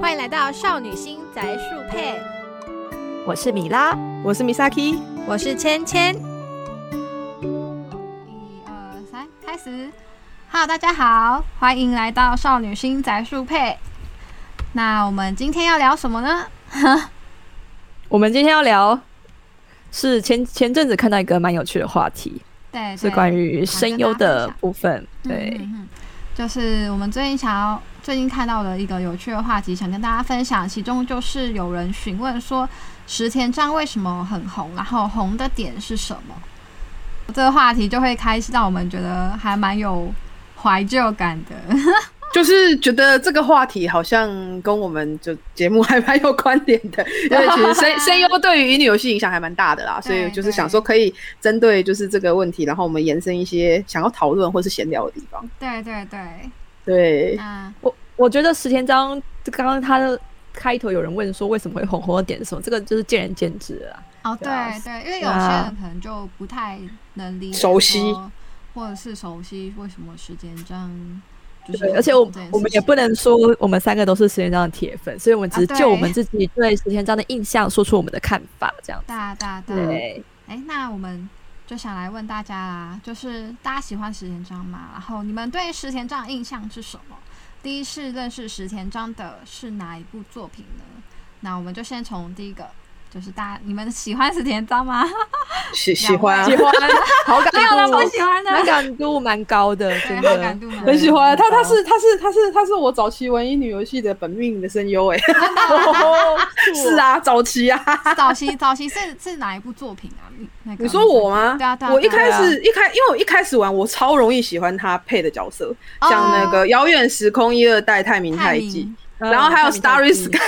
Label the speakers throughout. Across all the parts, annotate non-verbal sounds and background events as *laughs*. Speaker 1: 欢迎来到少女心宅树配，
Speaker 2: 我是米拉，
Speaker 3: 我是 Misaki，
Speaker 1: 我是芊芊。一二三，开始。Hello，大家好，欢迎来到少女心宅树配。那我们今天要聊什么呢？
Speaker 3: 我们今天要聊是前前阵子看到一个蛮有趣的话题，
Speaker 1: 对，
Speaker 3: 是
Speaker 1: 对
Speaker 3: 关于声优的部分。
Speaker 1: 嗯
Speaker 3: 对，
Speaker 1: 嗯嗯就是我们最近想要最近看到的一个有趣的话题，想跟大家分享。其中就是有人询问说，石田章为什么很红，然后红的点是什么？这个话题就会开始让我们觉得还蛮有怀旧感的。 *laughs*
Speaker 4: 就是觉得这个话题好像跟我们就节目还蛮有关联的，因为其实声声优对于乙女游戏影响还蛮大的啦，所以就是想说可以针对就是这个问题，然后我们延伸一些想要讨论或是闲聊的地方。
Speaker 1: 对对对，嗯
Speaker 4: 对，
Speaker 1: 那
Speaker 3: 我我觉得石田章刚刚他的开头有人问说为什么会红红的点什么，这个就是见仁见智了啦。
Speaker 1: 哦
Speaker 3: 对啊
Speaker 1: 对对，因为
Speaker 3: 对
Speaker 1: 有些
Speaker 3: 啊
Speaker 1: 人可能就不太能理解
Speaker 4: 熟悉
Speaker 1: 说，或者是熟悉为什么时间章就是
Speaker 3: 嗯对，
Speaker 1: 会
Speaker 3: 而且我
Speaker 1: 红这件事
Speaker 3: 我们也
Speaker 1: 情
Speaker 3: 不能说我们三个都是石田章的铁粉，所以我们只是
Speaker 1: 啊对
Speaker 3: 就我们自己对石田章的印象说出我们的看法，这样子。
Speaker 1: 大大大
Speaker 3: 对，
Speaker 1: 哎，那我们就想来问大家啦，就是大家喜欢石田章吗？然后你们对石田章的印象是什么？第一是认识石田章的是哪一部作品呢？那我们就先从第一个，就是大家你们喜欢石田章吗？
Speaker 4: 喜喜欢啊
Speaker 3: *laughs* 喜，欢，好感
Speaker 1: 没有人
Speaker 3: 度
Speaker 1: 不，喜欢的，
Speaker 3: 好感度蛮高的，
Speaker 1: 对，
Speaker 3: 真
Speaker 1: 好感
Speaker 3: 的。
Speaker 1: 度蛮
Speaker 4: 很喜欢啊。
Speaker 3: 对
Speaker 4: 他他是他是他是他是我早期玩乙女游戏的本命的声优哎， *laughs* 是啊，早期啊。
Speaker 1: 早期早期是是哪一部作品啊？你那个
Speaker 4: 你说我吗？
Speaker 1: 对啊对啊，
Speaker 4: 我一
Speaker 1: 对啊
Speaker 4: 开始一开，因为我一开始玩，我超容易喜欢他配的角色，
Speaker 1: 哦
Speaker 4: 像那个《遥远时空》一二代太明
Speaker 1: 泰
Speaker 4: 太
Speaker 1: 明
Speaker 4: *laughs* 纪，然后还有
Speaker 3: 呃
Speaker 4: 《Starry Sky》。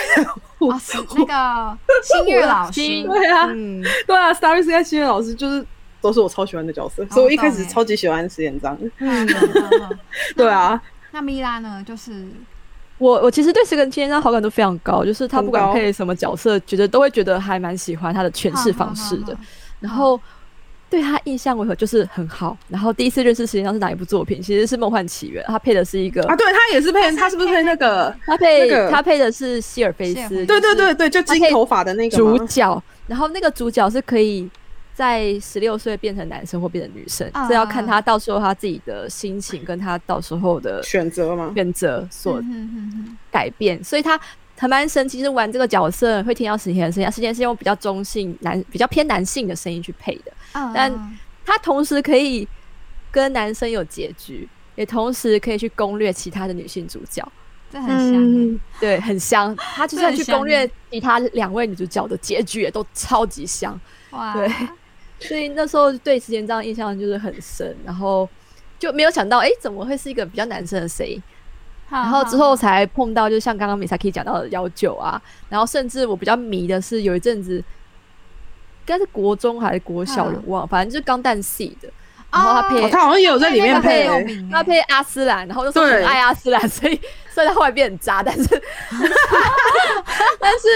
Speaker 1: 哦，是那个星月老师，
Speaker 3: 心
Speaker 4: 对啊，
Speaker 3: *laughs* 嗯，
Speaker 4: 对啊，《Starry Sky》新月老师就是都是我超喜欢的角
Speaker 1: 哦
Speaker 4: 色，所以我一开
Speaker 1: 欸
Speaker 4: 始超级喜欢石岩章。
Speaker 1: 嗯嗯 *laughs* 嗯
Speaker 4: 对啊，
Speaker 1: 那米拉呢？就是
Speaker 3: 我我其实对石根千章好感度非常高，就是他不
Speaker 4: 很
Speaker 3: 管
Speaker 4: 高
Speaker 3: 配什么角色，觉得都会觉得还蛮喜欢他的诠
Speaker 1: 嗯
Speaker 3: 释方式的。然后对他印象为何就是很好。然后第一次认识石田章是哪一部作品？其实是《梦幻起源》，他配的是一个，
Speaker 4: 啊，对他也是配，他是不是配那个？
Speaker 3: 他配、
Speaker 4: 那个
Speaker 3: 他配的是希尔菲
Speaker 1: 希尔
Speaker 3: 斯
Speaker 1: 菲斯，
Speaker 4: 对对对对，就金头发的那个
Speaker 3: 主
Speaker 4: 吗
Speaker 3: 角，然后那个主角是可以在十六岁变成男生或变成女生，
Speaker 1: 啊
Speaker 3: 这要看他到时候他自己的心情跟他到时候的
Speaker 4: 选择吗？
Speaker 3: 选择所
Speaker 1: 嗯哼哼哼
Speaker 3: 改变，所以他还蛮神奇，就是玩这个角色会听到石田的声音，他石田是用比较中性男比较偏男性的声音去配的，
Speaker 1: 嗯
Speaker 3: 但
Speaker 1: 嗯
Speaker 3: 他同时可以跟男生有结局，也同时可以去攻略其他的女性主角。
Speaker 1: 这很香，
Speaker 3: 对，很香。他就算去
Speaker 1: 这很香
Speaker 3: 攻略其他两位女主角的结局，也都超级香。
Speaker 1: 哇，
Speaker 3: 对所以那时候对石田章印象就是很深，然后就没有想到，哎、怎么会是一个比较男生的声音？
Speaker 1: 然
Speaker 3: 然后
Speaker 1: 啊
Speaker 3: 之后才碰到，就像刚刚 Misaki 讲到的幺九啊，然后甚至我比较迷的是有一阵子，应该是国中还是国小，
Speaker 1: 嗯
Speaker 3: 我忘了，反正就是钢弹系的，然后他配
Speaker 4: 哦，他好像也有在里
Speaker 3: 那
Speaker 4: 面
Speaker 3: 个很
Speaker 4: 配
Speaker 1: 有
Speaker 4: 欸。
Speaker 1: 名，
Speaker 3: 他配阿斯兰，然后就说
Speaker 4: 对
Speaker 3: 很爱阿斯兰， *laughs* 所以虽然他后来变很渣，
Speaker 1: *laughs*
Speaker 3: 但是但是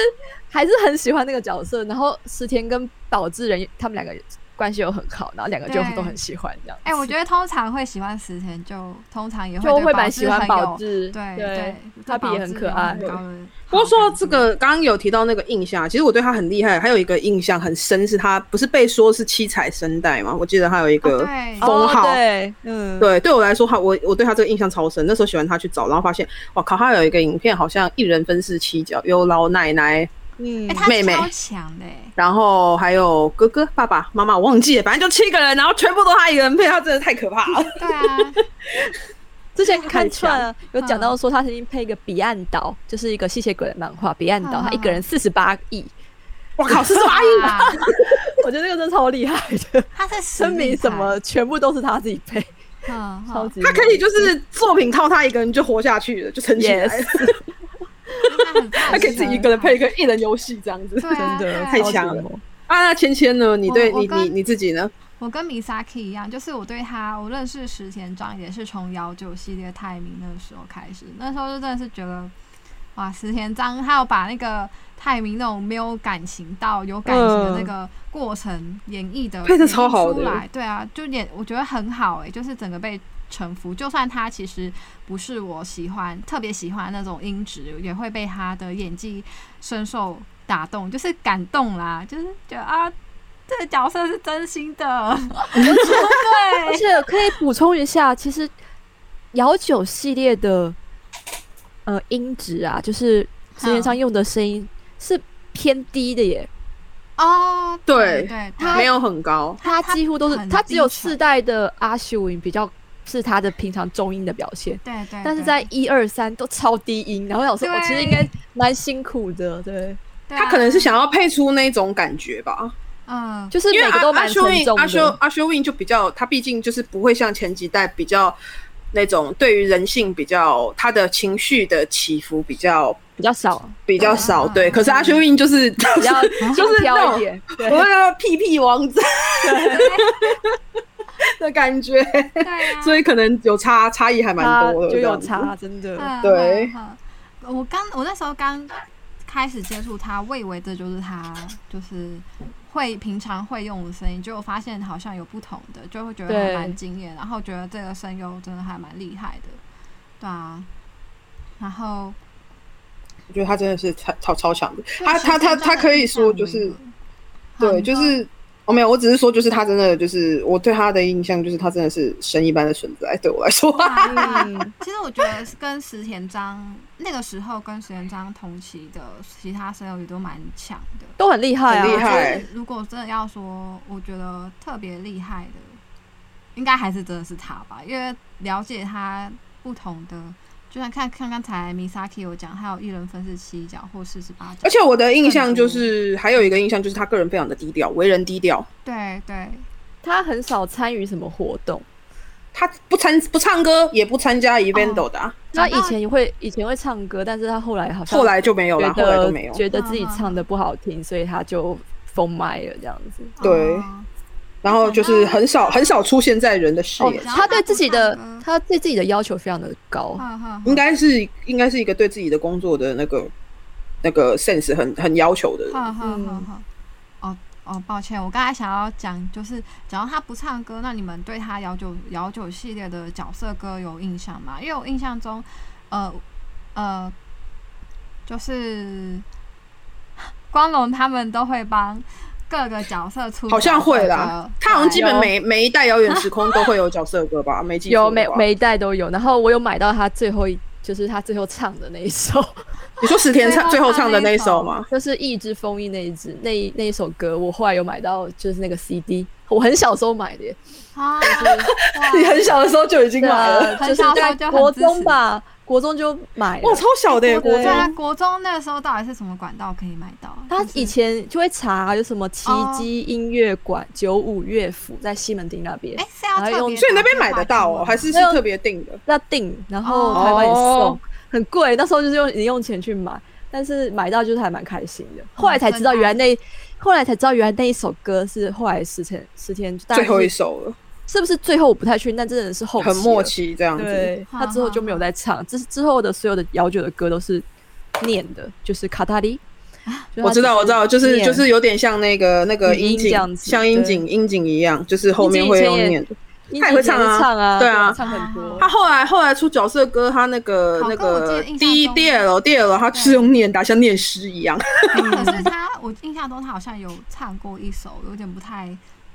Speaker 3: 还是很喜欢那个角色。然后石田跟岛智人他们两个关系又很好，然后两个就
Speaker 1: 对
Speaker 3: 都很喜欢这样子。
Speaker 1: 哎，我觉得通常会喜欢石田，就通常也
Speaker 3: 就
Speaker 1: 会对
Speaker 3: 会蛮
Speaker 1: 宝
Speaker 3: 喜
Speaker 1: 志
Speaker 3: 欢
Speaker 1: 很
Speaker 3: 宝
Speaker 1: 有，
Speaker 3: 智，
Speaker 1: 对
Speaker 3: 对，
Speaker 1: 对
Speaker 3: 他比也很可爱。
Speaker 1: 对宝志有很高的
Speaker 4: 不过说到
Speaker 1: 好感
Speaker 4: 这个，刚刚有提到那个印象，其实我对他很厉害，还有一个印象很深是他不是被说是七彩声带吗？我记得他有一
Speaker 1: 度，哦
Speaker 4: 个
Speaker 1: 对，
Speaker 4: 风
Speaker 3: 哦
Speaker 4: 号
Speaker 3: 对，嗯，
Speaker 4: 对，对我来说，他我我对他这个印象超深。那时候喜欢他去找，然后发现，哇靠，他有一个影片，好像一人分饰七角，有老奶奶，
Speaker 3: 嗯
Speaker 1: 哎，他
Speaker 4: 妹妹
Speaker 1: 超强的，哎
Speaker 4: 然后还有哥哥、爸爸妈妈，我忘记了，反正就七个人，然后全部都他一个人配，他真的太可怕了。
Speaker 1: 对
Speaker 3: *laughs*
Speaker 1: 啊，
Speaker 3: 之前看串啊，有讲到说他曾经配一个《彼岸岛》，就是一个吸血鬼的漫画，《彼岸岛》
Speaker 1: 嗯
Speaker 3: 他一个人四十八亿，
Speaker 4: *laughs* 我靠，是什么阿姨？
Speaker 1: 哇
Speaker 3: *laughs* 我觉得那个真的超厉害 *laughs* 的，
Speaker 1: 他是实
Speaker 3: 声
Speaker 1: 力
Speaker 3: 明
Speaker 1: 派
Speaker 3: 什么，全部都是他自己配，
Speaker 1: 嗯，嗯
Speaker 3: 超级
Speaker 4: 他可以就是作品套他一个人就活下去了，就撑起来了。
Speaker 3: Yes
Speaker 1: 他很他
Speaker 4: 他可以自己一个人配一个一人游戏这样子。
Speaker 1: 对啊
Speaker 3: 真的
Speaker 1: 对啊
Speaker 4: 太强了。 *laughs* 啊，那芊芊呢？你对
Speaker 1: 我我
Speaker 4: 你
Speaker 1: 跟
Speaker 4: 你你自己呢？
Speaker 1: 我跟 Misaki 一样，就是我对他，我认识石田章也是从幺九系列泰明那个时候开始，那时候就真的是觉得，哇，石田章他有把那个泰明那种没有感情到有感情的那个过程演绎的、
Speaker 4: 配得超好的
Speaker 1: 演绎出来，对啊，就演我觉得很好诶、就是整个被臣服，就算他其实不是我喜欢特别喜欢那种音质，也会被他的演技深受打动，就是感动啦，就是觉得啊，这个角色是真心的，
Speaker 3: 而
Speaker 1: 对，
Speaker 3: 且可以补充一下，其实姚九系列的呃音质啊，就是实
Speaker 1: 嗯
Speaker 3: 验上用的声音是偏低的耶，
Speaker 1: 哦，
Speaker 4: 对
Speaker 1: 对，
Speaker 4: 没
Speaker 1: 他
Speaker 4: 有很高，
Speaker 1: 它
Speaker 3: 它几乎都是
Speaker 1: 很
Speaker 3: 它只有
Speaker 1: 低沉
Speaker 3: 四代的阿修音比较是它的平常中音的表现。
Speaker 1: 对对，
Speaker 3: 但是
Speaker 1: 对
Speaker 3: 在一二三都超低音，然后我想说，我、
Speaker 1: 对
Speaker 3: 其实应该蛮辛苦的，对，
Speaker 1: 对啊
Speaker 4: 他可能是想要配出那种感觉吧， *laughs*
Speaker 1: 嗯，
Speaker 3: 就是
Speaker 4: 因为
Speaker 3: 每个
Speaker 4: 阿
Speaker 3: 都
Speaker 4: 阿
Speaker 3: 蛮
Speaker 4: 修
Speaker 3: 沉
Speaker 4: 运
Speaker 3: 重
Speaker 4: 阿修
Speaker 3: 的。
Speaker 4: 阿修运就比较，他毕竟就是不会像前几代比较那种对于人性比较他的情绪的起伏比较
Speaker 3: 比较少，
Speaker 4: 比较少，
Speaker 1: 嗯
Speaker 4: 对。
Speaker 1: 嗯
Speaker 4: 可是阿修运就是
Speaker 3: 比较
Speaker 4: *laughs* 就
Speaker 3: 轻
Speaker 4: 是那
Speaker 3: 飘
Speaker 4: 种
Speaker 3: 一点，对
Speaker 4: *laughs* 我，那个屁屁王子 *laughs* 的感觉，
Speaker 1: 对啊，
Speaker 4: 所以可能有差差异还蛮
Speaker 3: 它
Speaker 4: 多的，
Speaker 3: 啊就
Speaker 4: 这
Speaker 3: 有
Speaker 4: 样子。
Speaker 3: 差，真的。
Speaker 1: 嗯
Speaker 4: 对。
Speaker 1: 嗯嗯我刚我那时候刚开始接触他，我以为这就是他就是会平常会用的声音，结果发现好像有不同的，就会觉得还
Speaker 3: 对
Speaker 1: 蛮惊艳，然后觉得这个声优真的还蛮厉害的，对啊。然后
Speaker 4: 我觉得他真的是超超超强的，
Speaker 1: 对
Speaker 4: 他
Speaker 1: 其
Speaker 4: 他
Speaker 1: 实
Speaker 4: 他
Speaker 1: 真的
Speaker 4: 他可以
Speaker 1: 印象
Speaker 4: 说
Speaker 1: 没
Speaker 4: 就是
Speaker 3: 嗯
Speaker 1: 有
Speaker 4: 对，
Speaker 1: 很
Speaker 4: 就
Speaker 1: 多
Speaker 4: 是我、没有，我只是说，就是他真的就是我对他的印象，就是他真的是神一般的存在，对我来说。 *laughs*
Speaker 1: 嗯， *laughs* 其实我觉得是跟石田章那个时候跟石田章同期的其他声优也都蛮强的，
Speaker 3: 都很厉害啊，
Speaker 1: 哦
Speaker 4: 很厉害
Speaker 1: 就是如果真的要说，我觉得特别厉害的，应该还是真的是他吧，因为了解他不同的，就像看看刚才 Misaki 有讲，还有一人分饰七角或四十八角，
Speaker 4: 而且我的印象就是，还有一个印象就是他个人非常的低调，为人低调，
Speaker 1: 对对
Speaker 3: 他很少参与什么活动。
Speaker 4: 他不参不唱歌，也不参
Speaker 3: 哦
Speaker 4: 加 event 的、啊，
Speaker 3: 他
Speaker 1: 讲到
Speaker 3: 以前也会以前会唱歌，但是他后来好像
Speaker 4: 后来就没有
Speaker 3: 觉
Speaker 4: 了，后来都没有
Speaker 3: 得。觉得
Speaker 1: 嗯
Speaker 3: 自己唱的不好听，所以他就封麦了这样子。
Speaker 4: 对
Speaker 1: 哦
Speaker 4: 然后就是很少很少出现在人的视
Speaker 1: 哦
Speaker 4: 野，
Speaker 1: 然后
Speaker 3: 他对自己的
Speaker 1: 他不唱歌
Speaker 3: 他对自己的要求非常的高，
Speaker 1: 哼哼
Speaker 4: 应
Speaker 1: 哼
Speaker 4: 该是应该是一个对自己的工作的那个那个 sense 很很要求的人。
Speaker 1: 哼哼哼
Speaker 4: 嗯
Speaker 1: 哼哦哦，抱歉，我刚才想要讲，就是假如他不唱歌，那你们对他摇九摇九系列的角色歌有印象吗？因为我印象中，呃呃，就是光荣他们都会帮各个角色出角色歌，
Speaker 4: 好像会啦，他好像基
Speaker 1: 对
Speaker 4: 本
Speaker 3: 有
Speaker 4: 每每一代遥远
Speaker 3: *laughs*
Speaker 4: 时空都会有角色歌吧，没记错
Speaker 3: 有
Speaker 4: 的
Speaker 3: 每
Speaker 4: 话
Speaker 3: 每一代都有。然后我有买到他最后一，就是他最后唱的那
Speaker 1: *laughs*
Speaker 3: 一首，
Speaker 4: *laughs* 你说石田唱最
Speaker 1: 最后
Speaker 4: 后
Speaker 1: 唱
Speaker 4: 唱的
Speaker 1: 那
Speaker 4: 那
Speaker 1: 一
Speaker 4: 一
Speaker 1: 首
Speaker 4: 首吗？
Speaker 3: 就是《一枝风衣》那一支那一那一首歌，我后来有买到，就是那个 CD，我很小时候买的耶，
Speaker 1: 啊，
Speaker 4: *laughs* 你很小的时候就已经
Speaker 3: 对
Speaker 4: 买
Speaker 3: 啊
Speaker 4: 了，
Speaker 1: *laughs* 很
Speaker 3: 就是
Speaker 1: 小时候
Speaker 3: 在
Speaker 1: 就很
Speaker 3: 国
Speaker 1: 支
Speaker 3: 中
Speaker 1: 持
Speaker 3: 吧，国中就买了
Speaker 4: 哇，。超小的耶，国
Speaker 1: 对
Speaker 4: 中
Speaker 1: 啊，国中那个时候到底是什么管道可以买到啊？
Speaker 3: 他
Speaker 1: 就是
Speaker 3: 以前就会查有什么奇
Speaker 1: 哦
Speaker 3: 迹音乐馆、九五乐府在西门町那边
Speaker 1: 哎，是要
Speaker 3: 然后
Speaker 1: 特
Speaker 3: 用
Speaker 1: 别
Speaker 4: 所以那
Speaker 1: 打
Speaker 4: 边
Speaker 1: 电
Speaker 4: 买
Speaker 1: 话
Speaker 4: 得到
Speaker 1: 去
Speaker 4: 哦，
Speaker 1: 吗
Speaker 4: 还是是
Speaker 3: 没有
Speaker 4: 特别定的？
Speaker 3: 要订，然后
Speaker 1: 哦
Speaker 3: 他会帮你
Speaker 4: 哦
Speaker 3: 送，很贵。那时候就是用你用钱去买，但是买到就是还蛮开心的。后来才知道原来那，后来才知道原来那一首歌是后来十天十天大概
Speaker 4: 最
Speaker 3: 是
Speaker 4: 后一首了，
Speaker 3: 是不是最后我不太确定，但真的是后期
Speaker 4: 很默
Speaker 3: 了。
Speaker 4: 契这样子。
Speaker 3: 对，
Speaker 1: 嗯
Speaker 3: 他之后就没有再唱，之之后的所有的摇酒的歌都是念的，就是卡塔利。就他
Speaker 4: 我知道，
Speaker 3: 只
Speaker 4: 我知道，就是
Speaker 3: 念
Speaker 4: 就是有点像那个那个
Speaker 3: 语音
Speaker 4: 樱
Speaker 3: 这样
Speaker 4: 井，
Speaker 3: 子
Speaker 4: 像樱井樱井一样，就是后面会用念的。
Speaker 3: 你
Speaker 4: 他也会
Speaker 3: 以前
Speaker 4: 唱啊
Speaker 3: 唱啊，
Speaker 4: 对啊
Speaker 3: 唱很多
Speaker 4: 他。后来后来出角色歌，他那个
Speaker 1: 好
Speaker 4: 那
Speaker 1: 跟我记
Speaker 4: 个
Speaker 1: 得印象
Speaker 4: 第一
Speaker 1: 中
Speaker 4: D L D L，他就是用念的，像念诗一样。
Speaker 1: 可是他，我印象中他好像有唱过一首，有点不太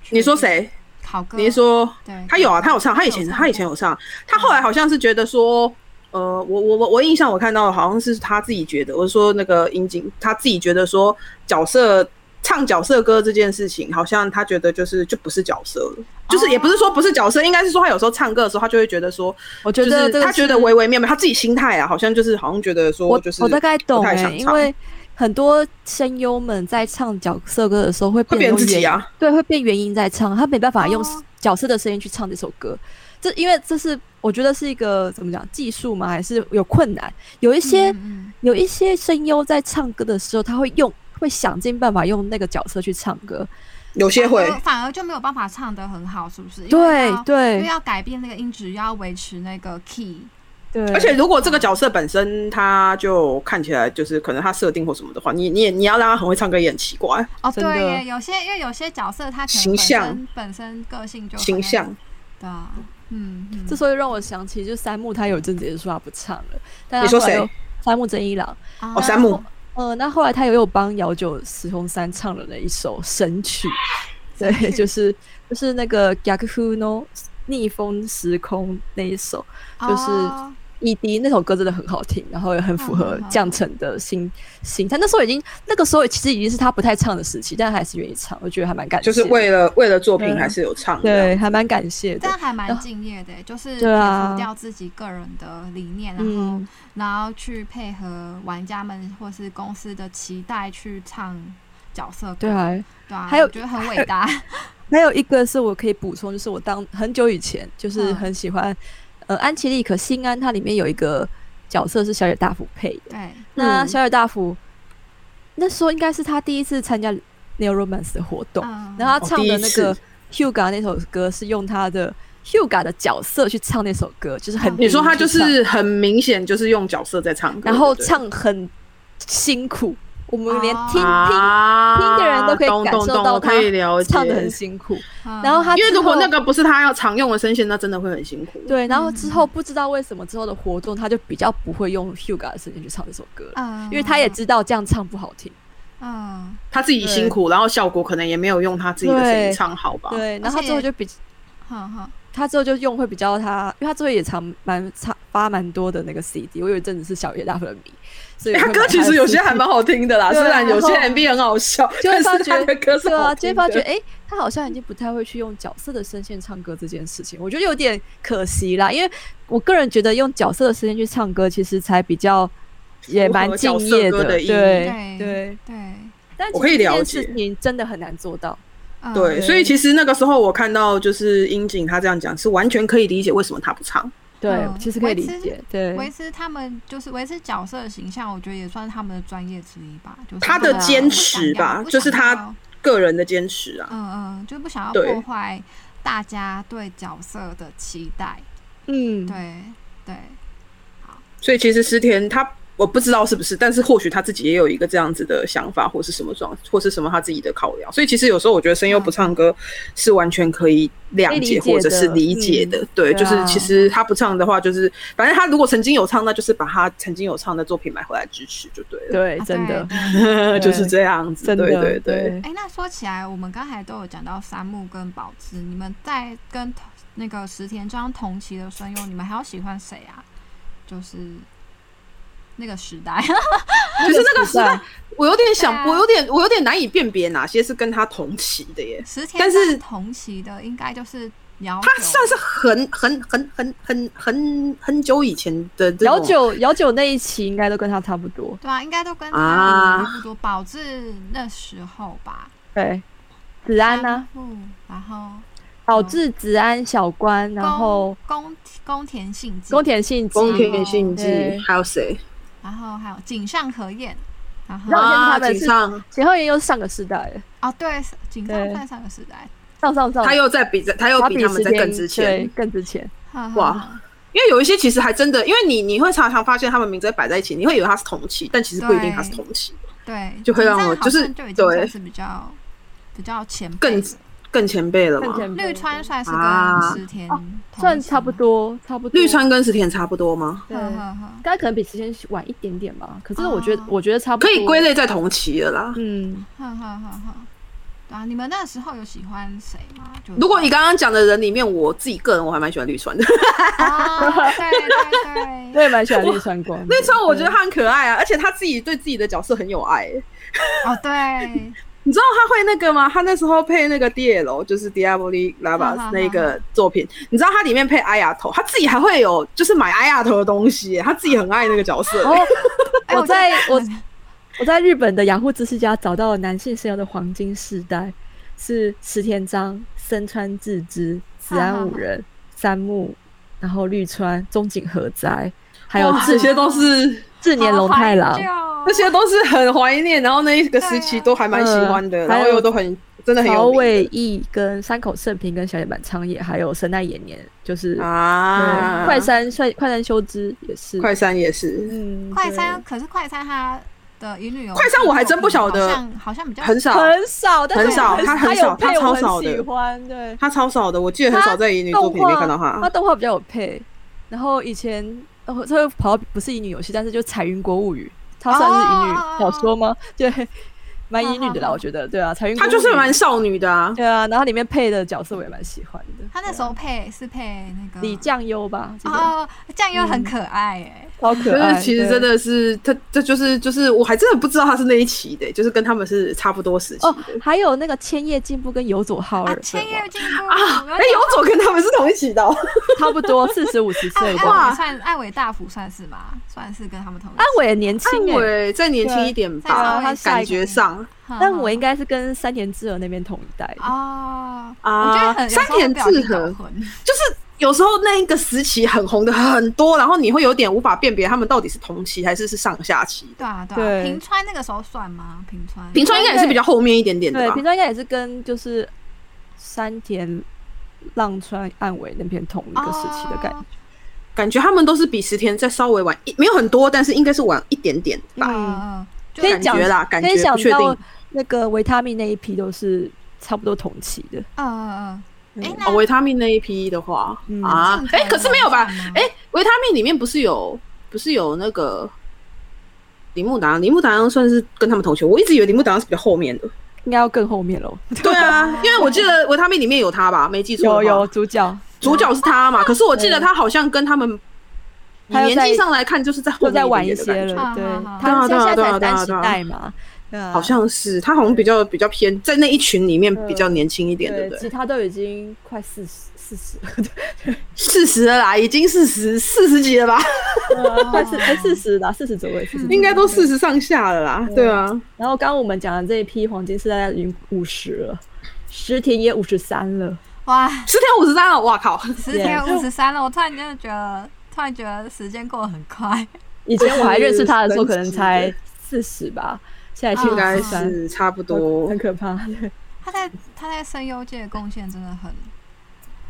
Speaker 1: 确定。
Speaker 4: 你说谁？
Speaker 1: 考哥？
Speaker 4: 你是说
Speaker 1: 对，
Speaker 4: 他有啊，他有唱，他以前
Speaker 1: 有唱
Speaker 4: 他以前有唱，他后来好像是觉得说，呃，我我我我印象我看到的好像是他自己觉得，我是说那个樱井他自己觉得说角色唱角色歌这件事情，好像他觉得就是就不是角色了，就是也不是说不是角色，应该是说他有时候唱歌的时候，他就会觉得说，
Speaker 3: 哦我觉
Speaker 4: 就
Speaker 3: 得
Speaker 4: 是
Speaker 3: 这个
Speaker 4: 他觉得
Speaker 3: 是
Speaker 4: 微微妙妙，他自己心态啊，好像就是好像觉得说
Speaker 3: 我
Speaker 4: 就是
Speaker 3: 我大概懂
Speaker 4: 太
Speaker 3: 哎、
Speaker 4: 想
Speaker 3: 因
Speaker 4: 唱
Speaker 3: 为很多声优们在唱角色歌的时候会
Speaker 4: 会变
Speaker 3: 用
Speaker 4: 自己
Speaker 3: 原
Speaker 4: 啊，
Speaker 3: 对，会变原音在唱，他没办法用
Speaker 1: 哦
Speaker 3: 角色的声音去唱这首歌。这因为这是我觉得是一个怎么讲技术吗？还是有困难？有一些、
Speaker 1: 嗯
Speaker 3: 有一些声优在唱歌的时候，他会用会想尽办法用那个角色去唱歌。
Speaker 4: 有些会
Speaker 3: 哦
Speaker 1: 反而反而就没有办法唱得很好，是不是？因为
Speaker 3: 对
Speaker 1: 要因为啊
Speaker 3: 对
Speaker 1: 要改变那个音质，又要维持那个 key。
Speaker 3: 对，
Speaker 4: 而且如果这个角色本身他就看起来就是可能他设定或什么的话，你你也你要让他很会唱歌也很奇怪，
Speaker 1: 哦，
Speaker 3: 真的
Speaker 1: 对耶，有些因为有些角色他可能
Speaker 4: 形
Speaker 1: 本
Speaker 4: 象
Speaker 1: 身本身个性就很
Speaker 4: 形象。
Speaker 1: 对啊，嗯，嗯
Speaker 3: 这时候又让我想起，就三木他有一阵子也是说他不唱了，但
Speaker 4: 你
Speaker 3: 他
Speaker 4: 说
Speaker 3: 后来
Speaker 4: 谁
Speaker 3: 又？三木真一郎。
Speaker 1: 啊
Speaker 4: 哦，山姆，
Speaker 3: 呃，那后来他也有帮姚九石红三唱了那一首神曲，对，就是就是那个《Gakuno》逆风时空那一首，就是
Speaker 1: 哦
Speaker 3: 伊迪那首歌真的很好听，然后也很符
Speaker 4: 嗯
Speaker 3: 合降辰的心心。他那时候已经那个时候其实已经是他不太唱的时期，但他还是愿意唱，我觉得还蛮感谢
Speaker 4: 就
Speaker 3: 的，
Speaker 4: 是为了啊为了作品
Speaker 3: 对啊
Speaker 4: 还是有唱的。
Speaker 3: 对，还蛮感谢的
Speaker 1: 但。还蛮敬业的欸，就是
Speaker 3: 对
Speaker 1: 撇
Speaker 3: 啊
Speaker 1: 除掉自己个人的理念，然后
Speaker 3: 嗯，
Speaker 1: 然后去配合玩家们或是公司的期待去唱角色歌，
Speaker 3: 对啊，
Speaker 1: 对啊，
Speaker 3: 还有
Speaker 1: 我觉得很伟大，
Speaker 3: 还有一个是我可以补充，就是我当很久以前就是
Speaker 1: 嗯
Speaker 3: 很喜欢，呃，安琪丽可心安，它里面有一个角色是小野大辅配
Speaker 1: *laughs*
Speaker 3: 的。*laughs*
Speaker 1: 对，
Speaker 3: 那
Speaker 4: 嗯
Speaker 3: 小野大辅那时候应该是他第一次参加 Neuromance 的活动，
Speaker 1: 嗯，
Speaker 3: 然后他唱的
Speaker 4: 哦第
Speaker 3: 那
Speaker 4: 一
Speaker 3: 个
Speaker 4: 次
Speaker 3: Huga 那首歌是用他的 Huga 的角色去唱那首歌，就是很
Speaker 1: 嗯
Speaker 4: 哦你说他就
Speaker 3: 拼命去
Speaker 4: 是很明显就是用角色在唱歌，
Speaker 3: 唱，然后
Speaker 4: 对不对
Speaker 3: 唱很辛苦，我们连
Speaker 1: 哦
Speaker 3: 听听
Speaker 4: 啊
Speaker 3: 听的人都可以
Speaker 4: 懂
Speaker 3: 感受
Speaker 4: 懂懂
Speaker 3: 到
Speaker 4: 我
Speaker 3: 他
Speaker 4: 可以了解啊
Speaker 3: 唱的很辛苦。
Speaker 1: 嗯
Speaker 3: 然后他
Speaker 4: 因为
Speaker 3: 之
Speaker 4: 如果
Speaker 3: 后
Speaker 4: 那个不是他要常用的声线，那真的会很辛苦。
Speaker 3: 对，然后之后
Speaker 1: 嗯
Speaker 3: 不知道为什么之后的活动，他就比较不会用 Huga 的声音去唱这首歌了，
Speaker 4: 啊
Speaker 1: 嗯，
Speaker 3: 因为他也知道这样唱不好听。
Speaker 1: 嗯，
Speaker 4: 他自己辛苦，然后效果可能也没有用他自己的声音唱好吧。
Speaker 3: 对，然
Speaker 1: 而
Speaker 3: 后
Speaker 1: 且
Speaker 3: 之后就比
Speaker 1: 好好，
Speaker 3: 他之后就用会比较他，因为他之后也常蛮常发蛮多的那个 CD，我有一阵子是小野大夫的迷，所以
Speaker 4: 因为
Speaker 3: 我会
Speaker 4: 哎他歌
Speaker 3: 买
Speaker 4: 其
Speaker 3: 的
Speaker 4: 实有些
Speaker 3: CD
Speaker 4: 还蛮好听的啦，
Speaker 3: 对
Speaker 4: 虽
Speaker 3: 啊
Speaker 4: 然有些
Speaker 3: 然后
Speaker 4: MV 很好笑，
Speaker 3: 就会
Speaker 4: 但
Speaker 3: 发
Speaker 4: 是
Speaker 3: 觉
Speaker 4: 他的歌是
Speaker 3: 对
Speaker 4: 好
Speaker 3: 啊，就
Speaker 4: 听
Speaker 3: 会发觉
Speaker 4: 的。
Speaker 3: 哎、诶他好像已经不太会去用角色的声线唱歌这件事情，我觉得有点可惜啦。因为我个人觉得用角色的声线去唱歌，其实才比较也
Speaker 4: 符合
Speaker 3: 蛮敬
Speaker 4: 角色
Speaker 3: 业
Speaker 4: 歌的意义
Speaker 3: 对
Speaker 1: 对
Speaker 3: 对。
Speaker 1: 对，
Speaker 3: 但其
Speaker 4: 我可以
Speaker 3: 实这
Speaker 4: 了
Speaker 3: 件事
Speaker 4: 解
Speaker 3: 情真的很难做到。
Speaker 1: 嗯
Speaker 4: 对，所以其实那个时候我看到就是樱井他这样讲，是完全可以理解为什么他不唱。
Speaker 3: 对，
Speaker 1: 嗯
Speaker 3: 其实可以
Speaker 1: 维
Speaker 3: 理
Speaker 1: 持
Speaker 3: 解。对，
Speaker 1: 维持他们就是维持角色的形象，我觉得也算是他们的专业之一吧。就是
Speaker 4: 他
Speaker 1: 不
Speaker 4: 的
Speaker 1: 想
Speaker 4: 坚持吧
Speaker 1: 不想要
Speaker 4: 就是他
Speaker 1: 不想要
Speaker 4: 个人的坚持啊，
Speaker 1: 嗯嗯，就不想要
Speaker 4: 对
Speaker 1: 破坏大家对角色的期待。
Speaker 3: 嗯，
Speaker 1: 对对，
Speaker 4: 所以其实石田他我不知道是不是，但是或许他自己也有一个这样子的想法，或是什么状，或是什么他自己的考量。所以其实有时候我觉得声优不唱歌是完全可以谅
Speaker 3: 可以理解
Speaker 4: 解
Speaker 3: 的
Speaker 4: 或者是理解的，对，
Speaker 3: 对
Speaker 4: 就
Speaker 3: 啊
Speaker 4: 是其实他不唱的话，就是反正他如果曾经有唱，那就是把他曾经有唱的作品买回来支持就对了，
Speaker 3: 对，
Speaker 1: 啊
Speaker 3: 真的，
Speaker 1: 对
Speaker 3: *laughs*
Speaker 4: 就是这样子，
Speaker 3: 真的，
Speaker 4: 对对对。
Speaker 3: 对。
Speaker 1: 哎，那说起来，我们刚才都有讲到三木跟宝芝，你们在跟同那个石田章同期的声优，你们还有喜欢谁啊？就是那个时代， *laughs*
Speaker 4: 可是那个时代，我有点
Speaker 1: 对
Speaker 4: 想，
Speaker 1: 啊
Speaker 4: 我有点，我有点难以辨别哪些是跟他同期的耶。
Speaker 1: 石田
Speaker 4: 但
Speaker 1: 章
Speaker 4: 是
Speaker 1: 同期的应该就是姚
Speaker 4: 他
Speaker 1: 九
Speaker 4: 算是很很很很很很很久以前的这
Speaker 3: 姚
Speaker 4: 种
Speaker 3: 九姚九那一期应该都跟他差不多。
Speaker 1: 对啊，应该都跟
Speaker 4: 啊
Speaker 1: 他差不多，宝芝那时候吧。
Speaker 3: 对，子
Speaker 4: 啊
Speaker 3: 安呢、
Speaker 1: 三木，然后
Speaker 4: 嗯
Speaker 3: 导致子安小关，然后
Speaker 1: 宫宫田信纪，
Speaker 3: 宫田信
Speaker 4: 宫
Speaker 1: 田
Speaker 4: 田信纪
Speaker 3: 哦对，
Speaker 4: 还有谁？
Speaker 1: 然后还有井上和彦，然后
Speaker 3: 那我觉得他
Speaker 4: 啊，
Speaker 3: 们
Speaker 4: 井
Speaker 3: 是哦
Speaker 4: 上
Speaker 3: 前后也有上个世代了，
Speaker 1: 哦对，井上
Speaker 3: 对
Speaker 1: 算上个时代， *laughs*
Speaker 3: 上上上，
Speaker 4: 他又在比在，他又
Speaker 3: 他
Speaker 4: 比他们
Speaker 3: 时
Speaker 4: 在
Speaker 3: 间
Speaker 4: 更之前
Speaker 3: 对，。更之前。
Speaker 1: 呵呵
Speaker 4: 哇
Speaker 1: 呵
Speaker 4: 因为有一些其实还真的，因为你你会常常发现他们名字摆在一起，你会以为他是同期，但其实不一定他是同期，
Speaker 1: 对，
Speaker 4: 就会让我
Speaker 1: 井上
Speaker 4: 就是
Speaker 1: 好像就已经算
Speaker 4: 对
Speaker 1: 是比较比较前辈
Speaker 4: 更
Speaker 1: 了
Speaker 4: 更前辈了嘛
Speaker 3: 更。前辈
Speaker 1: 绿川帅是
Speaker 4: 啊
Speaker 1: 跟石田同
Speaker 3: 哦算
Speaker 1: 期
Speaker 3: 差不
Speaker 1: 吗，
Speaker 3: 多，差不多。
Speaker 4: 绿川跟石田差不多吗？
Speaker 3: 对，
Speaker 1: 呵呵呵
Speaker 3: 大概可能比之前晚一点点吧。可是我觉得
Speaker 1: 哦，
Speaker 3: 我觉得差不多
Speaker 4: 可以归。类在同期了啦。
Speaker 3: 嗯，
Speaker 1: 呵呵呵呵，对啊，你们那时候有喜欢谁吗？就
Speaker 4: 如果你刚刚讲的人里面，我自己个人我还蛮喜欢绿川的。 *laughs*
Speaker 1: 啊，对对
Speaker 3: 我
Speaker 1: 对，
Speaker 3: 也蛮喜欢绿川光的。
Speaker 4: 绿川我觉得他很可爱啊，而且他自己对自己的角色很有爱、欸
Speaker 1: 哦
Speaker 4: *laughs*
Speaker 1: 对，
Speaker 4: 你知道他会那个吗？他那时候配那个 DL，就是 Diablo
Speaker 1: 好好
Speaker 4: Lavas
Speaker 1: 好
Speaker 4: 那个作品，你知道他里面配哎呀头，他自己还会有就是买哎呀头的东西，他自己很爱那个角色。
Speaker 3: 然后
Speaker 1: 哎
Speaker 3: 我在
Speaker 1: 觉得
Speaker 3: 我我在日本的养护知识家找到了男性声优的黄金世代，是石田章、森川智之、子安五人、三木，然后绿川、中井和哉，还有
Speaker 4: 哇
Speaker 3: 志
Speaker 4: 这些都是
Speaker 3: 志年龙太郎。
Speaker 1: 好怀
Speaker 4: 这
Speaker 1: 旧
Speaker 4: 些都是很怀念，然后那一个时期都还蛮喜欢的，
Speaker 3: 嗯
Speaker 4: 然后又都很真的很
Speaker 3: 曹
Speaker 4: 有名
Speaker 3: 伟毅跟山口胜平跟小野坂昌也，还有神奈演年，就是、
Speaker 4: 啊
Speaker 3: 对，。快山快快山修之也是，
Speaker 4: 快山也是，
Speaker 3: 嗯，
Speaker 1: 哦快
Speaker 3: 对
Speaker 1: 餐，可是快餐它的乙女游戏
Speaker 4: 快上我还真不晓得
Speaker 1: 好像好像比较
Speaker 4: 很少，
Speaker 3: 很少，但是
Speaker 1: 很少
Speaker 3: 我
Speaker 4: 他
Speaker 3: 他
Speaker 4: 很
Speaker 3: 有
Speaker 4: 少
Speaker 3: 配，
Speaker 4: 他
Speaker 3: 我
Speaker 4: 超少
Speaker 3: 很
Speaker 4: 的
Speaker 3: 喜欢，对，
Speaker 4: 他超少的，我记得很少在乙女作
Speaker 3: 动
Speaker 4: 品里面
Speaker 3: 画
Speaker 4: 看到他。
Speaker 3: 他动画比较有配，然后以前哦，这个跑到不是乙女游戏，但是就《彩云国物语》，它算是乙女小说
Speaker 4: 哦
Speaker 3: 吗？对，蛮乙女的啦，我觉得，对啊，《彩云国
Speaker 4: 他
Speaker 3: 物语》
Speaker 4: 就是蛮少女的啊，
Speaker 3: 对啊，然后里面配的角色我也蛮喜欢的，
Speaker 1: 他那时候配是配那个
Speaker 3: 李酱优吧，这个
Speaker 1: 哦，酱油
Speaker 4: 嗯
Speaker 1: 很可爱哎、
Speaker 3: 超可
Speaker 4: 就
Speaker 3: 爱，
Speaker 4: 是其实真
Speaker 3: 对
Speaker 4: 的是他，这就是就是我还真的不知道他是那一期的，就是跟他们是差不多时期
Speaker 3: 哦
Speaker 4: 的。，
Speaker 3: 还有那个千叶进步跟游佐浩
Speaker 1: 啊
Speaker 3: 尔，，
Speaker 1: 千叶进步
Speaker 4: 啊，
Speaker 1: 有
Speaker 4: 哎、
Speaker 1: 点
Speaker 4: 有佐跟他们是同一期的、哦，
Speaker 3: 差不多四十五十岁
Speaker 1: 艾
Speaker 4: *laughs*
Speaker 3: 的。
Speaker 1: 艾
Speaker 4: 哇
Speaker 1: 伟算艾伟大福算是吧，算是跟他们同一期
Speaker 3: 安伟啊年轻
Speaker 4: 范
Speaker 3: 哎，
Speaker 4: 伟再年轻一点
Speaker 1: 对啊
Speaker 4: 吧
Speaker 1: 他，
Speaker 3: 下
Speaker 4: 感
Speaker 3: 一个
Speaker 4: 觉上
Speaker 1: 哼
Speaker 3: 但
Speaker 1: 哼
Speaker 3: 我应该是跟三田智和那边同一代的。
Speaker 1: 嗯哦，我觉得
Speaker 4: 啊
Speaker 1: 很，有时
Speaker 4: 山
Speaker 1: 候
Speaker 4: 田
Speaker 1: 不小心
Speaker 4: 智和
Speaker 1: 搞混
Speaker 4: 就是有时候那一个时期很红的很多，然后你会有点无法辨别他们到底是同期还是是上下期。
Speaker 1: 对啊对啊，
Speaker 3: 对
Speaker 1: 平川那个时候算吗？平川
Speaker 4: 平川应该也是比较后面一点点的
Speaker 3: 对，
Speaker 4: 吧
Speaker 3: 平？常应该也是跟就是山田浪川岸尾那边同一个时期的感
Speaker 4: 哦
Speaker 3: 觉。
Speaker 4: 感觉他们都是比石田再稍微晚一，没有很多，但是应该是晚一点点吧。
Speaker 1: 嗯嗯，就
Speaker 3: 可以
Speaker 4: 感
Speaker 3: 讲
Speaker 4: 觉啦，感
Speaker 3: 可以
Speaker 4: 觉
Speaker 3: 想
Speaker 4: 不确
Speaker 3: 到
Speaker 4: 定。
Speaker 3: 那个维他命那一批都是差不多同期的。
Speaker 1: 嗯嗯嗯，哎
Speaker 3: 嗯，
Speaker 1: 那
Speaker 4: 哦，维他命那一批的话、
Speaker 3: 嗯
Speaker 4: 啊
Speaker 1: 正，常
Speaker 4: 哎、可是没有吧
Speaker 1: 算吗？
Speaker 4: 哎、维他命里面不是有不是有那个铃木达，铃木达算是跟他们同学，我一直以为铃木达是比较后面的。
Speaker 3: *laughs* 应该要更后面喽，
Speaker 4: 对啊，因为我记得维他命里面 *laughs* 有他吧，没记错的
Speaker 3: 有
Speaker 4: 话
Speaker 3: 有主角
Speaker 4: 主角是他嘛，可是我记得他好像跟他们以
Speaker 3: 还有
Speaker 4: 年
Speaker 3: 在
Speaker 4: 纪上来看，就是在后
Speaker 3: 又
Speaker 4: 面
Speaker 3: 再晚
Speaker 4: 一
Speaker 3: 一
Speaker 4: 点点
Speaker 3: 些
Speaker 4: 的感觉
Speaker 1: 好
Speaker 3: 了，对
Speaker 1: 好好，
Speaker 3: 他
Speaker 4: 对
Speaker 3: 他
Speaker 4: 啊
Speaker 3: 现
Speaker 4: 对
Speaker 3: 在
Speaker 4: 啊
Speaker 3: 才
Speaker 4: 对啊
Speaker 3: 三
Speaker 4: 对啊
Speaker 3: 十
Speaker 4: 对啊
Speaker 3: 代嘛，对啊
Speaker 4: 好像是他好像比较比较偏在那一群里面比较年轻一点，对
Speaker 3: 嗯
Speaker 4: 不
Speaker 3: 对，其
Speaker 4: 对？
Speaker 3: 他都已经快四十四
Speaker 1: *laughs*
Speaker 3: 十了，
Speaker 4: 四十了啦，已经四十四十几了吧，
Speaker 3: 对， *laughs* 快四哎四十啦，四十左右，四十。
Speaker 4: 应该都四十上下了
Speaker 3: 嗯
Speaker 4: 啦，对啊。
Speaker 3: 然后刚刚我们讲的这一批黄金世代已经五十了，石田也五十三了，
Speaker 1: 哇，
Speaker 4: 十天五十三了，哇靠！
Speaker 1: 十天五十三了，我突然真的觉得，突然觉得时间过得很快。
Speaker 3: 以前我还认识他的时候可
Speaker 4: 这是
Speaker 3: 能
Speaker 4: 神奇的
Speaker 3: 才四十吧，现在
Speaker 1: 应
Speaker 3: 应
Speaker 4: 应
Speaker 1: 该
Speaker 3: 该
Speaker 4: 该是差不多
Speaker 3: 很，可怕。对
Speaker 1: 他在他在声优界的贡献真的很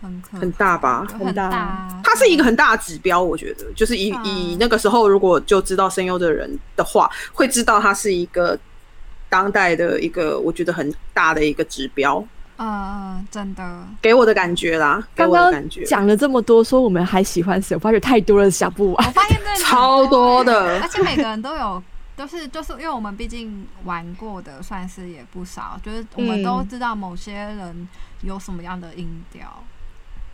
Speaker 1: 很可
Speaker 4: 很大吧
Speaker 1: 就很
Speaker 3: 很大
Speaker 1: 啊
Speaker 4: 它是一个很大的指标，我觉得，就是以
Speaker 1: 嗯
Speaker 4: 以那个时候如果就知道声优的人的话，会知道它是一个当代的一个我觉得很大的一个指标，
Speaker 1: 嗯嗯，真的
Speaker 4: 给我的感觉啦，给
Speaker 3: 刚
Speaker 4: 我的
Speaker 3: 刚
Speaker 4: 感觉
Speaker 3: 讲了这么多，说我们还喜欢谁，我发觉太多了，想不完。
Speaker 1: 我发现真的很
Speaker 4: 超多的
Speaker 1: 而且每个人都有，都是就是因为我们毕竟玩过的算是也不少，就是我们
Speaker 3: 嗯
Speaker 1: 都知道某些人有什么样的音调，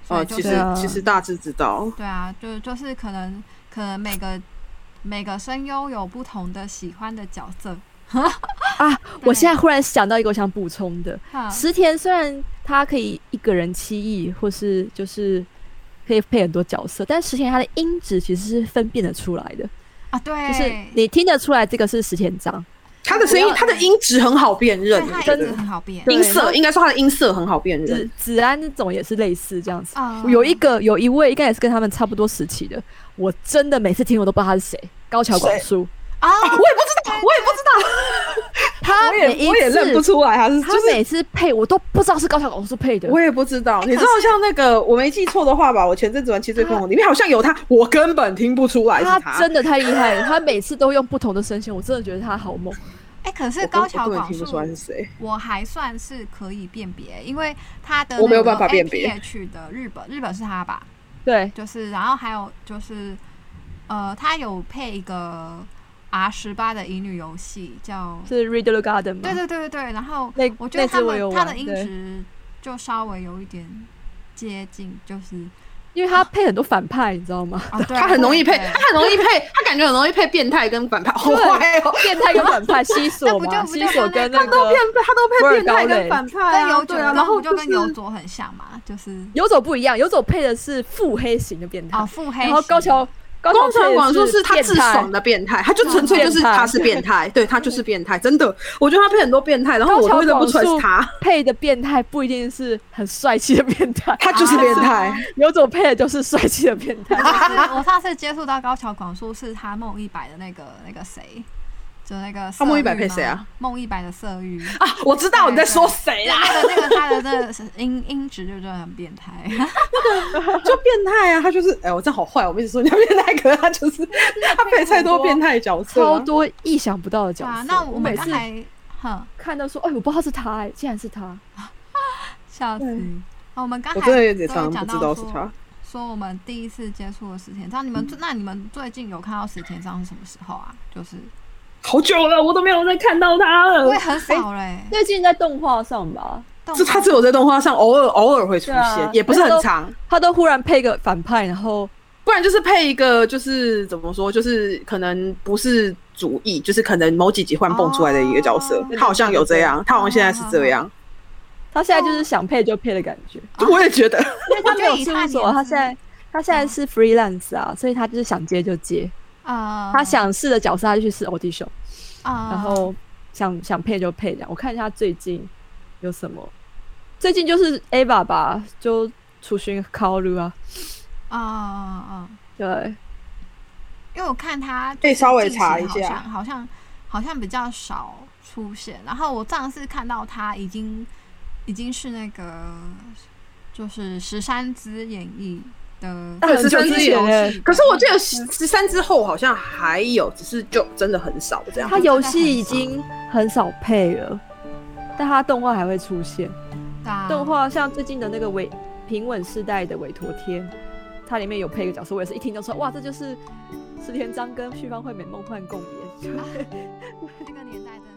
Speaker 1: 所
Speaker 4: 哦，
Speaker 1: 以就
Speaker 4: 其
Speaker 1: 是、
Speaker 4: 实
Speaker 3: 啊
Speaker 4: 其实大致知道，
Speaker 1: 对啊，就就是可能可能每个每个声优有不同的喜欢的角色，
Speaker 3: 我现在忽然想到一个我想补充的，
Speaker 1: 哈
Speaker 3: 石田虽然他可以一个人七亿，或是就是可以配很多角色，但石田他的音质其实是分辨得出来的，
Speaker 1: 啊，对，
Speaker 3: 就是你听得出来这个是石田章，
Speaker 4: 他的声音
Speaker 1: 不要，
Speaker 4: 他的音质很好辨认，
Speaker 1: 对
Speaker 4: 我
Speaker 1: 他
Speaker 4: 觉
Speaker 1: 一直
Speaker 4: 得
Speaker 1: 很好变
Speaker 3: 对
Speaker 4: 音色应该说他的音色很好辨认
Speaker 3: 子。子安那种也是类似这样子。
Speaker 1: 啊
Speaker 3: 有一个有一位应该也是跟他们差不多时期的，我真的每次听我都不知道他是谁，高桥广树。
Speaker 1: 啊，
Speaker 4: 我也不知道，我也不知道，
Speaker 3: *laughs* 他每一次
Speaker 4: 我也认不出来，他是就
Speaker 3: 他
Speaker 4: 是
Speaker 3: 每次配我都不知道是高桥广树配的。
Speaker 4: *laughs* 我也不知道，你知道
Speaker 1: 可是
Speaker 4: 像那个我没记错的话吧，我前阵子玩《七醉分红》，里面好像有他，我根本听不出来是
Speaker 3: 他真的太厉害了，他每次都用不同的声线，我真的觉得他好猛。
Speaker 1: 哎，可
Speaker 4: 我
Speaker 1: 是
Speaker 4: 根
Speaker 1: 高桥
Speaker 4: 我根本
Speaker 1: 广
Speaker 4: 听不出
Speaker 1: 树
Speaker 4: 来是谁。
Speaker 1: 我还算是可以辨别，因为他的
Speaker 4: 我没有办法辨别
Speaker 1: H 的日本，日本是他吧？
Speaker 3: 对，
Speaker 1: 就是，然后还有就是，呃，他有配一个 R 十八的乙女游戏叫，
Speaker 3: 是 r e d l e Garden 吗？
Speaker 1: 对对对对对。然后
Speaker 3: 那
Speaker 1: 我觉得他
Speaker 3: 那只我有
Speaker 1: 们
Speaker 3: 玩
Speaker 1: 他的音
Speaker 3: 对
Speaker 1: 质就稍微有一点接近，就是
Speaker 3: 因为他配很多反派，你知道吗？
Speaker 1: 啊，对啊，
Speaker 4: 他很容易配， *laughs*
Speaker 1: 对
Speaker 4: 他很容易配，他感觉很容易配变态跟反派，好坏哦！
Speaker 3: 变态跟反 *laughs* 派，西索
Speaker 1: 那
Speaker 3: 嘛，
Speaker 1: 不就
Speaker 3: 西索跟那
Speaker 4: 他都
Speaker 3: 个
Speaker 4: 变，他都
Speaker 3: 威
Speaker 4: 配
Speaker 3: 尔
Speaker 4: 变态
Speaker 3: 高
Speaker 4: 跟
Speaker 3: 磊
Speaker 4: 反派
Speaker 1: 跟
Speaker 4: 啊，
Speaker 1: 游
Speaker 4: 对
Speaker 1: 佐，
Speaker 4: 啊，然后
Speaker 1: 就跟
Speaker 4: 是
Speaker 1: 游佐很像嘛，就是
Speaker 3: 游走不一样，游走配的是腹黑型的变态
Speaker 1: 哦，，腹黑型，
Speaker 3: 然后高桥高桥
Speaker 4: 宫
Speaker 3: 配
Speaker 4: 城
Speaker 3: 的
Speaker 4: 广树
Speaker 3: 是
Speaker 4: 是他
Speaker 3: 变
Speaker 4: 自
Speaker 3: 态
Speaker 4: 爽，的变态，他就纯粹就是
Speaker 3: 变态
Speaker 4: 他是变
Speaker 1: 嗯
Speaker 4: 态，对他就是变态，真的，我觉得他配很多变态，然后
Speaker 3: 高
Speaker 4: 我
Speaker 3: 桥
Speaker 4: 都认不
Speaker 3: 广
Speaker 4: 出来
Speaker 3: 树
Speaker 4: 是他，
Speaker 3: 配的变态不一定是很帅气的变态，
Speaker 4: 他就是变态。
Speaker 3: 游走配的都是帅气的变
Speaker 1: *laughs*
Speaker 3: 态。
Speaker 1: 我上次我上次接触到高桥广树是他梦一百的那个那个谁，就那个
Speaker 4: 他梦一百
Speaker 1: 色欲
Speaker 4: 配谁
Speaker 1: 吗
Speaker 4: 啊？
Speaker 1: 梦一百的色欲，
Speaker 4: 啊，我知道你在说谁啊啦，
Speaker 1: 那个那个他的那个音音质就真的很变态，
Speaker 4: 就变态啊，他就是哎、我这好坏，我们一直说你要变态，可是他就是他配太多变态角色
Speaker 3: 超
Speaker 4: 啊、
Speaker 3: 多意想不到的角
Speaker 1: 对
Speaker 3: 色。
Speaker 1: 啊，那我
Speaker 3: 每
Speaker 1: 们刚
Speaker 3: 次
Speaker 1: 才哼
Speaker 3: 看到说，哎，我不知道是他，哎，竟然是他。
Speaker 1: 笑死。哦我们刚才
Speaker 4: 我真的有
Speaker 1: 都有
Speaker 4: 点常
Speaker 1: 呃
Speaker 4: 常
Speaker 1: 讲
Speaker 4: 不知
Speaker 1: 到
Speaker 4: 道是
Speaker 1: 说
Speaker 4: 他。
Speaker 1: 说我们第一次接触的石田章，你们、那你们最近有看到石田章是什么时候啊？就是
Speaker 4: 好久了，我都没有再看到他了
Speaker 1: 我也很少嘞、
Speaker 3: 最近在动画上吧，
Speaker 1: 动
Speaker 4: 是
Speaker 1: 画
Speaker 4: 他只有在动画上偶尔偶尔会出
Speaker 3: 对啊
Speaker 4: 现，也不是很长，
Speaker 3: 他都忽然配个反派，然后
Speaker 4: 不然就是配一个就是怎么说，就是可能不是主义，就是可能某几集换蹦出来的一个角色
Speaker 1: 哦，
Speaker 4: 他好像有这样，他好像现在是这样，
Speaker 3: 他现在就是想配就配的感觉，
Speaker 4: 我也觉得，
Speaker 1: 哦
Speaker 3: 因为他没有
Speaker 1: 我觉得以
Speaker 3: 事
Speaker 1: 啊他
Speaker 3: 务所，
Speaker 1: 年
Speaker 3: 他
Speaker 1: 纪
Speaker 3: 现在他现在是 freelance 啊，所以他就是想接就接，
Speaker 1: 呃，
Speaker 3: 他想试的角色他就去试 audition，
Speaker 1: 啊、
Speaker 3: 然
Speaker 4: 哦
Speaker 3: 后想想配就配这样。我看一下最近有什么，最近就是 A 爸爸就出巡 c a l 啊，
Speaker 1: 啊啊啊！
Speaker 3: 对，
Speaker 1: 因为我看他
Speaker 4: 可以稍微
Speaker 1: 近期
Speaker 4: 查一
Speaker 1: 好像
Speaker 4: 下，
Speaker 1: 好像好像比较少出现。然后我上次看到他已经已经是那个就是十三支演绎的
Speaker 4: 对十三
Speaker 3: 很久之
Speaker 4: 之前
Speaker 3: 前
Speaker 1: 游
Speaker 3: 欸
Speaker 1: 戏，
Speaker 4: 可是我记得十十三之后好像还有，只是就真的很少这样。
Speaker 3: 他游戏已经很少配了，但他动画还会出现。
Speaker 4: 啊
Speaker 1: 大
Speaker 3: 动画像最近的那个委平稳世代的委托天，它里面有配一个角色，我也是一听就说哇，这 *laughs* 就是石田章跟旭方惠美梦幻共演。
Speaker 1: 那个年代真的。哎